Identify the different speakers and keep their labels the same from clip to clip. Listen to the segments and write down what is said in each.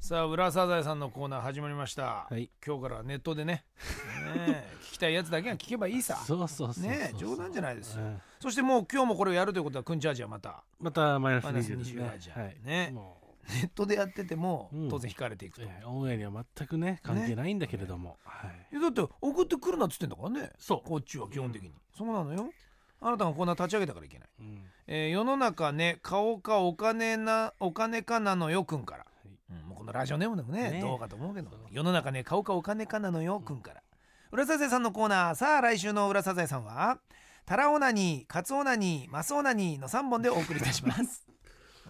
Speaker 1: さあ裏サザエさんのコーナー始まりました、
Speaker 2: はい
Speaker 1: 今日からネットで ねねえ聞きたいやつだけが聞けばいいさ
Speaker 2: そうそうそうそう
Speaker 1: ねえ冗談じゃないですよ、
Speaker 2: うん
Speaker 1: そしてもう今日もこれをやるということはくんちゃーじゃまた
Speaker 2: またマイナス
Speaker 1: マイナス
Speaker 2: 20ですね
Speaker 1: 20じゃん
Speaker 2: はい
Speaker 1: ね
Speaker 2: も
Speaker 1: ネットでやってても
Speaker 2: うん
Speaker 1: 当然引かれていく
Speaker 2: う
Speaker 1: と、
Speaker 2: えーオンエアには全くね関係ないんだけれども、はい
Speaker 1: いやだって送ってくるなっつってんだからね
Speaker 2: そ
Speaker 1: こっちは基本的に、そうなのよあなたがこんな立ち上げたからいけない、
Speaker 2: う、うん
Speaker 1: えー世の中ね顔かお金なお金かなのよくんから、うん、もうこのラジオネームでもね
Speaker 2: ね
Speaker 1: どうかと思うけど
Speaker 2: そう
Speaker 1: 世の中ね顔かお金かなのよくんから浦サザエさんのコーナーさあ来週の浦サザエさんはタラオナニーカツオナニーマスオナニーの3本でお送りいたします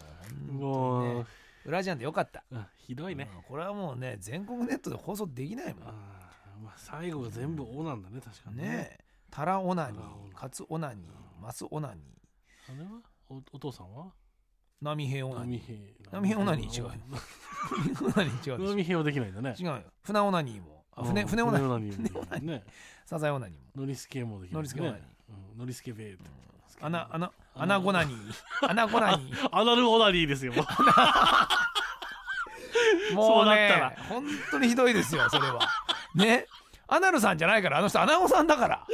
Speaker 2: もう、
Speaker 1: 裏ジャンでよかった、
Speaker 2: うんひどいね、
Speaker 1: うんこれはもうね全国ネットで放送できないもん
Speaker 2: あーまあ、最後が全部「お」なんだね確かに
Speaker 1: ねえタラオナニ
Speaker 2: タラオナニ
Speaker 1: ー
Speaker 2: ー
Speaker 1: カツオナニーマスオナニー
Speaker 2: あれはおお父さんは
Speaker 1: 波平オナニ
Speaker 2: 波平
Speaker 1: 波平オナニー違うよー オナニー違うでしょ
Speaker 2: 波平はできないんだね
Speaker 1: 違うよ船オナニーもあ船船オナニー
Speaker 2: ニーもできないね
Speaker 1: サザエオナニーも
Speaker 2: ノリスケもできない
Speaker 1: ノリスケオナニー
Speaker 2: うんノリスケベーって
Speaker 1: 穴穴穴子ナニー穴子ナニー
Speaker 2: アナルオナニ ーですよもう
Speaker 1: もう
Speaker 2: そうな
Speaker 1: ね
Speaker 2: っ
Speaker 1: 本当にひどいですよそれはねアナルさんじゃないからあの人アナゴさんだ から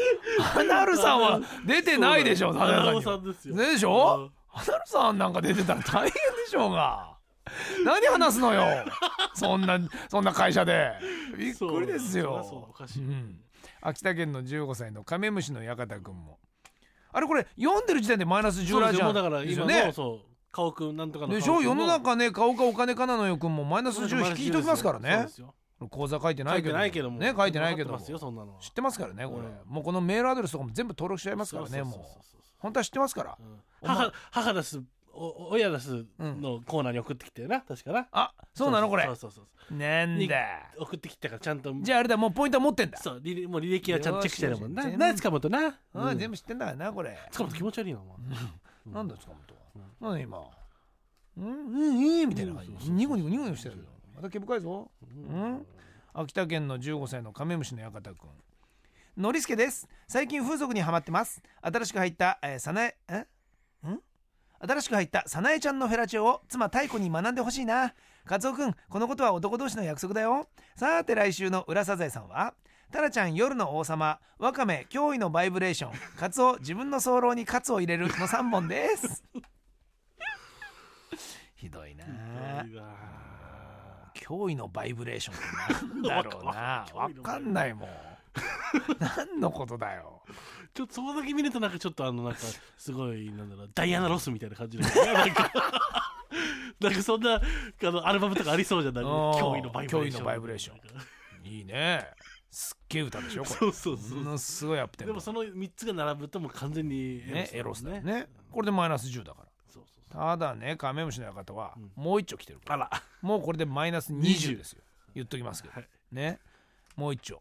Speaker 1: アナルさんは出てないでしょ
Speaker 2: そう
Speaker 1: サザエさ
Speaker 2: だよアナ
Speaker 1: ん
Speaker 2: ゴ
Speaker 1: に
Speaker 2: さ
Speaker 1: は
Speaker 2: んですよ
Speaker 1: ねでしょアナルさんなんか出てたら大変でしょうが何話すのよそんなそんな会社でびっくりですよ
Speaker 2: そうだそうだおかしい
Speaker 1: うん、秋田県の15歳のカメムシの館くんもあれこれ読んでる時点でマイナス
Speaker 2: そ
Speaker 1: 10
Speaker 2: う
Speaker 1: ラ
Speaker 2: で
Speaker 1: ジ
Speaker 2: す
Speaker 1: ャ
Speaker 2: よ
Speaker 1: ン
Speaker 2: だから
Speaker 1: ですよ
Speaker 2: 今
Speaker 1: ね
Speaker 2: のそう顔くんなんとかの
Speaker 1: でし
Speaker 2: 顔
Speaker 1: ょ
Speaker 2: くん
Speaker 1: 世
Speaker 2: の
Speaker 1: の中ね顔かお金かなのよくんもマイナス10引きときますから
Speaker 2: そう
Speaker 1: ね
Speaker 2: ですよ
Speaker 1: 口座書いてな
Speaker 2: 書
Speaker 1: い
Speaker 2: い
Speaker 1: け
Speaker 2: て
Speaker 1: ど
Speaker 2: ないけども
Speaker 1: ね書いてないけど
Speaker 2: わ
Speaker 1: も
Speaker 2: かってますよそんなのは
Speaker 1: 知ってますからねこれ
Speaker 2: う
Speaker 1: もうこのメールアドレスとかも全部登録しちゃいますからね
Speaker 2: そうそう
Speaker 1: も
Speaker 2: そううそう
Speaker 1: 本当は知ってますから
Speaker 2: うん
Speaker 1: お前
Speaker 2: 母母だすお親だすのコーナーに送ってきてな確かな
Speaker 1: あそうなのこれ
Speaker 2: そうそうそうそ
Speaker 1: なんだ
Speaker 2: う送ってきたからちゃんと
Speaker 1: じゃああれだもうポイントは持ってんだ
Speaker 2: そう履歴もう履歴はちゃんとチェックしてるも
Speaker 1: よ
Speaker 2: んな
Speaker 1: しよし
Speaker 2: な塚本な
Speaker 1: う
Speaker 2: うんん
Speaker 1: 全部知ってんだからなこれ
Speaker 2: 塚本気持ち悪いなお前
Speaker 1: なんだ塚本は何今うんうんいいみたいな感じニコニコニコニコしてるけどまた毛深いぞうん秋田県の15歳のカメムシの館くんのりすけです最近風俗にはまってます新しく入った、えー、さなえんん新しく入ったさなえちゃんのフェラチオを妻太子に学んでほしいなカツオくんこのことは男同士の約束だよさて来週の裏サザエさんはタラちゃん夜の王様わかめ驚異のバイブレーションカツオ自分の早漏にカツを入れるの3本ですひどいなあ
Speaker 2: いいな
Speaker 1: 脅威のバイブレーショ ンってなんだろうな
Speaker 2: わか
Speaker 1: わ
Speaker 2: んない
Speaker 1: かんないもん何のことだよ
Speaker 2: ちょっとそこだけ見るとなんかちょっとあのなんかすごいなんだろうダイアナ・ロスみたいな感じだけどなんかなんかそんなあのアルバムとかありそうじゃない
Speaker 1: うん
Speaker 2: 脅威のバイブレーション
Speaker 1: 脅威のバイブレーションいいねすっげえ歌でしょこ
Speaker 2: そ
Speaker 1: れ
Speaker 2: うそうそう
Speaker 1: ものすごいアップテン
Speaker 2: で
Speaker 1: ポ
Speaker 2: もその3つが並ぶともう完全に
Speaker 1: ねエロスだよ
Speaker 2: ね
Speaker 1: ねこれでマイナス10だから
Speaker 2: そうそうそう
Speaker 1: ただねカメムシの館は
Speaker 2: うん
Speaker 1: もう一丁来てるか
Speaker 2: あ
Speaker 1: ら、
Speaker 2: ら
Speaker 1: もうこれでマイナス20ですよ言っときますけど、
Speaker 2: はい
Speaker 1: ねもう一丁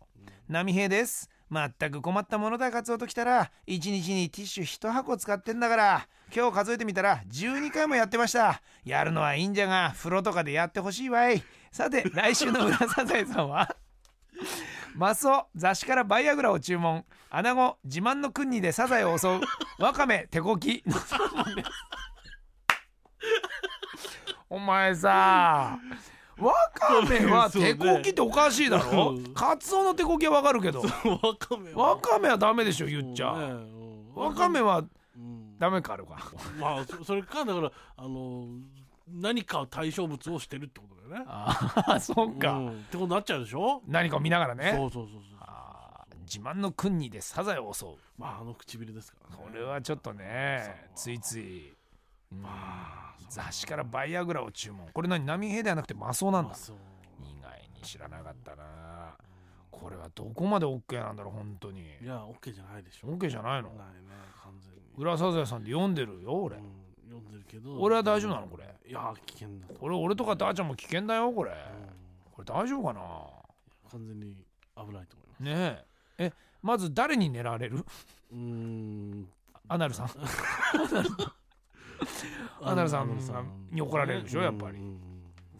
Speaker 1: 波平ですまったく困ったものだカツオときたら一日にティッシュ一箱使ってんだから今日数えてみたら12回もやってましたやるのはいいんじゃが風呂とかでやってほしいわいさて来週の「裏サザエさんは」マスオ雑誌からバイアグラを注文アナゴ自慢のクンニでサザエを襲うワカメ手こき の三本ですお前さワカメは手こきっておかしいだろ
Speaker 2: うん
Speaker 1: カツオの手こきはわかるけど
Speaker 2: わかめ
Speaker 1: ワカメはダメでしょ言っちゃ
Speaker 2: う
Speaker 1: ワカメは
Speaker 2: うん
Speaker 1: ダメかあるか
Speaker 2: まあそそれかだからあの何か対象物をしてるってことだよね
Speaker 1: ああそっ
Speaker 2: う
Speaker 1: か
Speaker 2: んってことになっちゃうでしょ
Speaker 1: 何かを見ながらね
Speaker 2: そうそうそうそう
Speaker 1: あー自慢のクンニでサザエを襲う
Speaker 2: まああの唇ですからね
Speaker 1: これはちょっとねついついうん雑誌からバイアグラを注文これ何波平ではなくてマスオなん
Speaker 2: ま
Speaker 1: だ
Speaker 2: あそう
Speaker 1: 意外に知らなかったなこれはどこまで OK なんだろう本当に
Speaker 2: いやオッケーじゃないでしょ
Speaker 1: OK じゃないの
Speaker 2: ないね完全に
Speaker 1: 裏サザエさんで読んでるよ俺
Speaker 2: うん読んでるけど
Speaker 1: 俺は大丈夫なのこれ
Speaker 2: いや危険だ
Speaker 1: これ俺とかダーちゃんも危険だよこれ
Speaker 2: うん
Speaker 1: これ大丈夫かな
Speaker 2: 完全に危ないと思います
Speaker 1: ねええまず誰に狙われる
Speaker 2: うーん
Speaker 1: アナルさんアナルさんに怒られるでしょやっぱり
Speaker 2: うんうん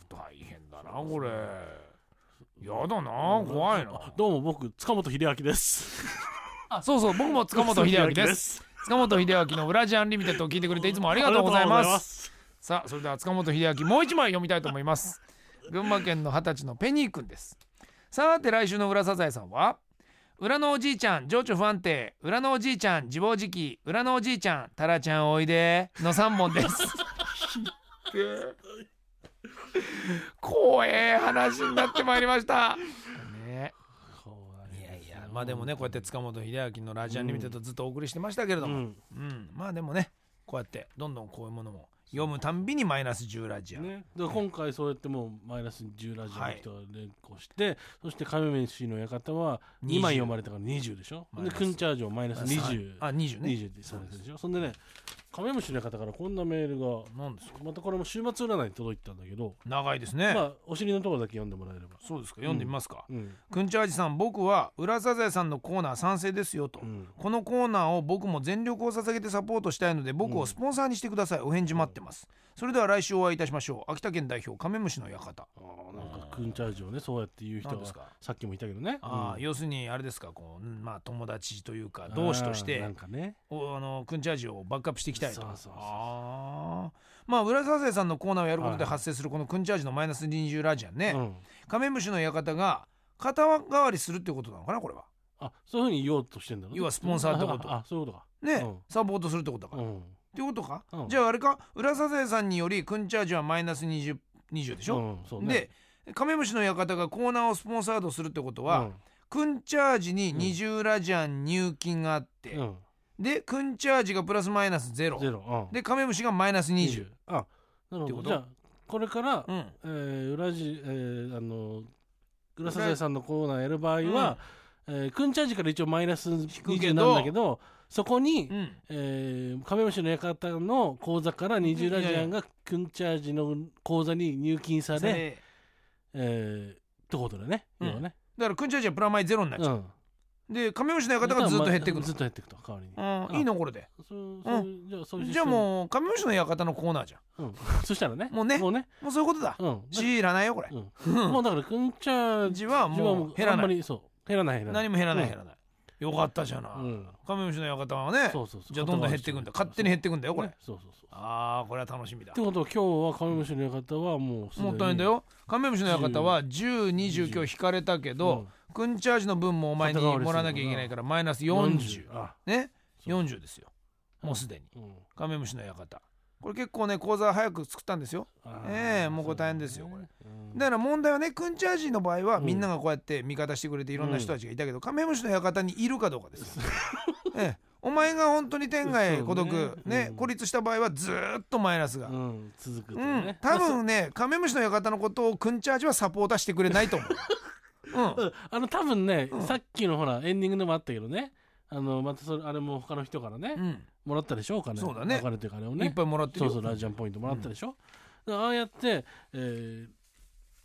Speaker 1: 大変だなこれやだな怖いな
Speaker 2: あどうも僕塚本秀明です
Speaker 1: あそうそう僕も塚本秀明です
Speaker 2: す
Speaker 1: 塚本秀明の「ウラジアンリミテッド」を聞いてくれていつもありがとうございます
Speaker 2: す
Speaker 1: さあそれでは塚本秀明もう一枚読みたいと思います群馬県の二十歳のペニーくんですさて来週の裏サザエさんは裏のおじいちゃん情緒不安定裏のおじいちゃん自暴自棄裏のおじいちゃんタラちゃんおいでの3本です怖え話になってまいりましたねいやいやまあでもねこうやって塚本秀明のラジアンリミテッドずっとお送りしてましたけれど
Speaker 2: う
Speaker 1: も、
Speaker 2: ん
Speaker 1: うんまあでもねこうやってどんどんこういうものも読むたんびにマイナス10ラジアン、
Speaker 2: ね、だから今回そうやってもうマイナス10ラジオの人が連行して、そして亀飯の館は
Speaker 1: 20
Speaker 2: 2枚読まれたから20でしょ
Speaker 1: マイ
Speaker 2: で
Speaker 1: ナス
Speaker 2: クンチャージョマイナス2020
Speaker 1: あ20ね
Speaker 2: でそうですでしょそんでね亀飯の館からこんなメールが
Speaker 1: なんですか
Speaker 2: またこれも週末占いに届いてたんだけど、
Speaker 1: 長いですね、
Speaker 2: まあお尻のとこだけ読んでもらえれば、
Speaker 1: そうですか読んでみますか、
Speaker 2: うん
Speaker 1: くんちあじさん僕は裏サザエさんのコーナー賛成ですよと、
Speaker 2: うん
Speaker 1: このコーナーを僕も全力を捧げてサポートしたいので僕をスポンサーにしてください、お返事待ってますそれでは来週お会いいたしましょう秋田県代表カメムシの館
Speaker 2: あーなんかクンチャージョねそうやって言う人
Speaker 1: なん
Speaker 2: が
Speaker 1: ですか
Speaker 2: さっきも言ったけどね
Speaker 1: ああ、
Speaker 2: うん
Speaker 1: 要するにあれですかこう、うんまあ友達というか同志とし
Speaker 2: あー
Speaker 1: て
Speaker 2: なんかね
Speaker 1: おあのくんちゃじをバックアップしていきたいと
Speaker 2: そうそうそう
Speaker 1: ああまあ浦沢生さんのコーナーをやることで
Speaker 2: はい
Speaker 1: 発生するこのくんちゃじのマイナス20ラジアンね、
Speaker 2: うん
Speaker 1: カメムシの館が肩代わりするってことなのかなこれは
Speaker 2: あそういうふうに言おうとしてんだろ
Speaker 1: 要はスポンサーってこと
Speaker 2: ああそういうことか
Speaker 1: ね、
Speaker 2: うん
Speaker 1: サポートするってことか、
Speaker 2: う
Speaker 1: っ
Speaker 2: ん
Speaker 1: ていうことか、
Speaker 2: うん
Speaker 1: じゃああれか浦沢生さんによりくんちゃじはマイナス 20, 20でしょ、
Speaker 2: うんそうね
Speaker 1: でカメムシの館がコーナーをスポンサードするってことは、くんちゃじに20ラジアン入金があって、
Speaker 2: うんうん
Speaker 1: でくんちゃじがプラスマイナスゼロ
Speaker 2: ゼロ、うん、
Speaker 1: でカメムシがマイナス20、
Speaker 2: あなる
Speaker 1: って
Speaker 2: ほ
Speaker 1: こ
Speaker 2: ど
Speaker 1: と
Speaker 2: じゃあこれから、
Speaker 1: うん、
Speaker 2: えー、裏地えー、あの裏サザエさんのコーナーやる場合は、えー、くんちゃじから一応マイナス
Speaker 1: くけ
Speaker 2: 20
Speaker 1: ど
Speaker 2: なんだけどそこに、
Speaker 1: うん、
Speaker 2: えー、亀虫の館の口座から20ラジアンがくんちゃじの口座に入金され
Speaker 1: それ
Speaker 2: えー、ってことだね
Speaker 1: うん
Speaker 2: 要はね、
Speaker 1: だからくんちゃんじゃプラマイゼロになっちゃ
Speaker 2: ん、
Speaker 1: う、でカメムシの館がずっと減っていく
Speaker 2: ずっと減っていくと代わりに、
Speaker 1: の、うん、いいのこれで
Speaker 2: そうそういうじゃあそういうシス
Speaker 1: じゃ
Speaker 2: テ
Speaker 1: あ
Speaker 2: ム
Speaker 1: もうカメムシの館のコーナーじゃ
Speaker 2: うん、 そしたらね
Speaker 1: もうね
Speaker 2: もうね、
Speaker 1: んもうそういうことだ
Speaker 2: うん、
Speaker 1: 知らないよこれ
Speaker 2: うん、もうだからくんちゃ
Speaker 1: 字はもう減ら
Speaker 2: あん
Speaker 1: な
Speaker 2: ま
Speaker 1: い
Speaker 2: りそう減らない減らない
Speaker 1: 何も減らない
Speaker 2: うん
Speaker 1: 減らない、よかったじゃない、
Speaker 2: うん、
Speaker 1: カメムシの館はね
Speaker 2: そうそうそう
Speaker 1: じゃあどんどん減っていくんだ勝手に減っていくんだよこれ、
Speaker 2: ねそうそうそう
Speaker 1: ああこれは楽しみだ
Speaker 2: ってことは今日はカメムシの館はもうすでに
Speaker 1: もう大変だよカメムシの館は1020今日引かれたけど、くんちゃんじの分もお前にもらわなきゃいけないからマイナス
Speaker 2: うん
Speaker 1: 40
Speaker 2: あ
Speaker 1: ね
Speaker 2: そう
Speaker 1: 40ですよもうすでに
Speaker 2: うん
Speaker 1: カメムシの館これ結構ね講座早く作ったんですよ
Speaker 2: あ
Speaker 1: ええ
Speaker 2: ー
Speaker 1: もうこれ大変ですよ
Speaker 2: そうだねうん
Speaker 1: だから問題はねくんちゃージーの場合は
Speaker 2: うん
Speaker 1: みんながこうやって味方してくれていろんな人たちがいたけど、カメムシの館にいるかどうかですよ、 ええ、お前が本当に天外孤独、
Speaker 2: そう
Speaker 1: ね
Speaker 2: ねうん
Speaker 1: 孤立した場合はずーっとマイナスが、
Speaker 2: うん続くと
Speaker 1: う
Speaker 2: ね、
Speaker 1: ん、多分ねカメムシの館のことをくんちゃージーはサポーターしてくれないと思う、
Speaker 2: うんあの多分ね、
Speaker 1: うん
Speaker 2: さっきのほらエンディングでもあったけどねあのまたそれあれも他の人からね、
Speaker 1: うん
Speaker 2: もらったでしょお金
Speaker 1: そうだね
Speaker 2: お金というかあれを
Speaker 1: うん
Speaker 2: ね
Speaker 1: いっぱいもらってる
Speaker 2: そう
Speaker 1: よ
Speaker 2: そうラジアンポイントもらったでしょ、だからああやって、えー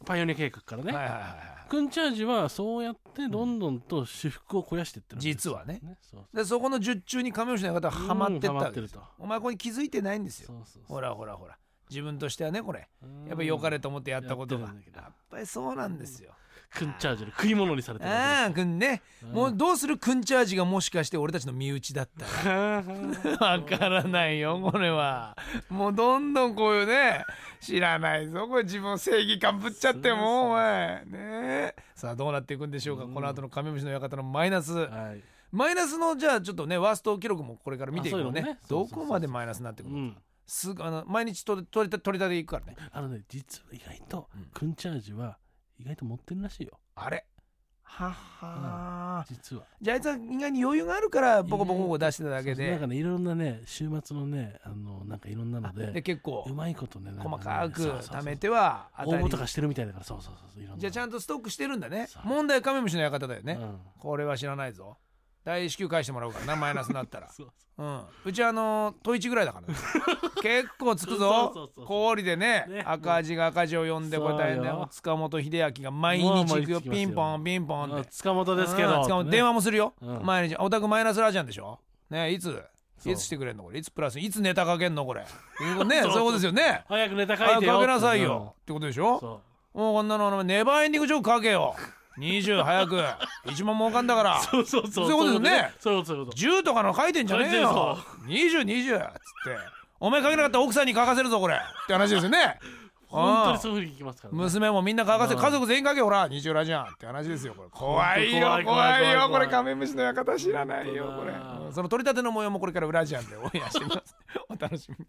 Speaker 2: パイオニア計画からね、
Speaker 1: はいはいはいはい
Speaker 2: くんチャージはそうやってどんどんと私服を肥やしていってるわけです
Speaker 1: 実はね
Speaker 2: そうそう
Speaker 1: でそこの術中に亀吉の館はハマってった
Speaker 2: うんハマ
Speaker 1: わけ
Speaker 2: って
Speaker 1: で
Speaker 2: る
Speaker 1: す
Speaker 2: と
Speaker 1: お前ここに気づいてないんです
Speaker 2: そ
Speaker 1: よ
Speaker 2: うそうそう
Speaker 1: ほらほらほら自分としてはねこれ
Speaker 2: うん
Speaker 1: やっぱり良かれと思ってやったこと
Speaker 2: や
Speaker 1: が
Speaker 2: ってるんだけど
Speaker 1: やっぱりそうなんですよ
Speaker 2: くんチャージで食い物にされてる
Speaker 1: ああくんね
Speaker 2: うん
Speaker 1: もうどうするくんチャージがもしかして俺たちの身内だったら わからないよこれはもうどんどんこういうね知らないぞこれ自分を正義感ぶっちゃってもうお前ねえさあどうなっていくんでしょうかこの後のカメムシの館のマイナス
Speaker 2: はい、
Speaker 1: マイナスのじゃあちょっとねワースト記録もこれから見ていくのね
Speaker 2: あそういうのね
Speaker 1: どこまでマイナスになってく
Speaker 2: う
Speaker 1: るのか、
Speaker 2: ん、
Speaker 1: すぐあの毎日取り取りた取りたていくからね
Speaker 2: あのね実は意外と
Speaker 1: うん
Speaker 2: くんチャージは意外と持ってるらしいよ
Speaker 1: あれはっはー、
Speaker 2: 実は
Speaker 1: じゃああいつは意外に余裕があるからボコボコボコ出してただけ
Speaker 2: そうそうな
Speaker 1: で
Speaker 2: んかねいろんなね週末のねあのなんかいろんなの
Speaker 1: で
Speaker 2: で
Speaker 1: 結構
Speaker 2: うまいことねなんね
Speaker 1: 細かく
Speaker 2: そうそうそう
Speaker 1: 貯めては
Speaker 2: 応募と
Speaker 1: に
Speaker 2: かしてるみたいだからそうそうそうそういろんな
Speaker 1: じゃあちゃんとストックしてるんだね
Speaker 2: そう
Speaker 1: 問題はカメムシの館だよね、
Speaker 2: うん
Speaker 1: これは知らないぞ大至急返してもらおうからなマイナスになったら
Speaker 2: そうそう
Speaker 1: うん、うちあの都一ぐらいだからね 結構つくぞ
Speaker 2: そうそうそうそう
Speaker 1: 氷でね
Speaker 2: ね
Speaker 1: 赤字が赤字を呼んで
Speaker 2: そう
Speaker 1: こ
Speaker 2: よ
Speaker 1: れ大変だよ塚本秀明が毎日行くよ
Speaker 2: もう毎日行きますよ
Speaker 1: ピンポンピンポンっ
Speaker 2: あ
Speaker 1: て
Speaker 2: 塚本ですけど
Speaker 1: うん塚本電話もするよ、
Speaker 2: うん
Speaker 1: 毎日お宅マイナスラジャンでしょねいつ
Speaker 2: そう
Speaker 1: いつしてくれんのこれいつプラスいつネタかけんのこれね そ
Speaker 2: そ
Speaker 1: うういうことですよね
Speaker 2: 早くネタ書
Speaker 1: 早
Speaker 2: い
Speaker 1: く
Speaker 2: てよ
Speaker 1: かけなさいよってことでしょ
Speaker 2: そ
Speaker 1: もうこんなのあのネバーエンディングジョークかけよ20早く一万儲かんだから
Speaker 2: うそうそうそう
Speaker 1: そういうことですよね
Speaker 2: そういうことそういうこと
Speaker 1: 10とかの書いてんじゃねえよ2020っつってお前書けなかったら奥さんに書かせるぞこれって話ですよね
Speaker 2: 本当にそういうふうに聞きますからね、
Speaker 1: 娘もみんな乾かせ
Speaker 2: うん
Speaker 1: 家族全員書けほら日曜ラジアンって話ですよこれ怖いよ
Speaker 2: 怖
Speaker 1: 怖
Speaker 2: い
Speaker 1: い
Speaker 2: 怖い怖い
Speaker 1: よこ
Speaker 2: 怖い
Speaker 1: れカメムシの館知らないよ
Speaker 2: 本
Speaker 1: こ
Speaker 2: 当
Speaker 1: れ
Speaker 2: だ
Speaker 1: うんその取り立ての模様もこれからウラジアンでオンエアしてますお楽しみに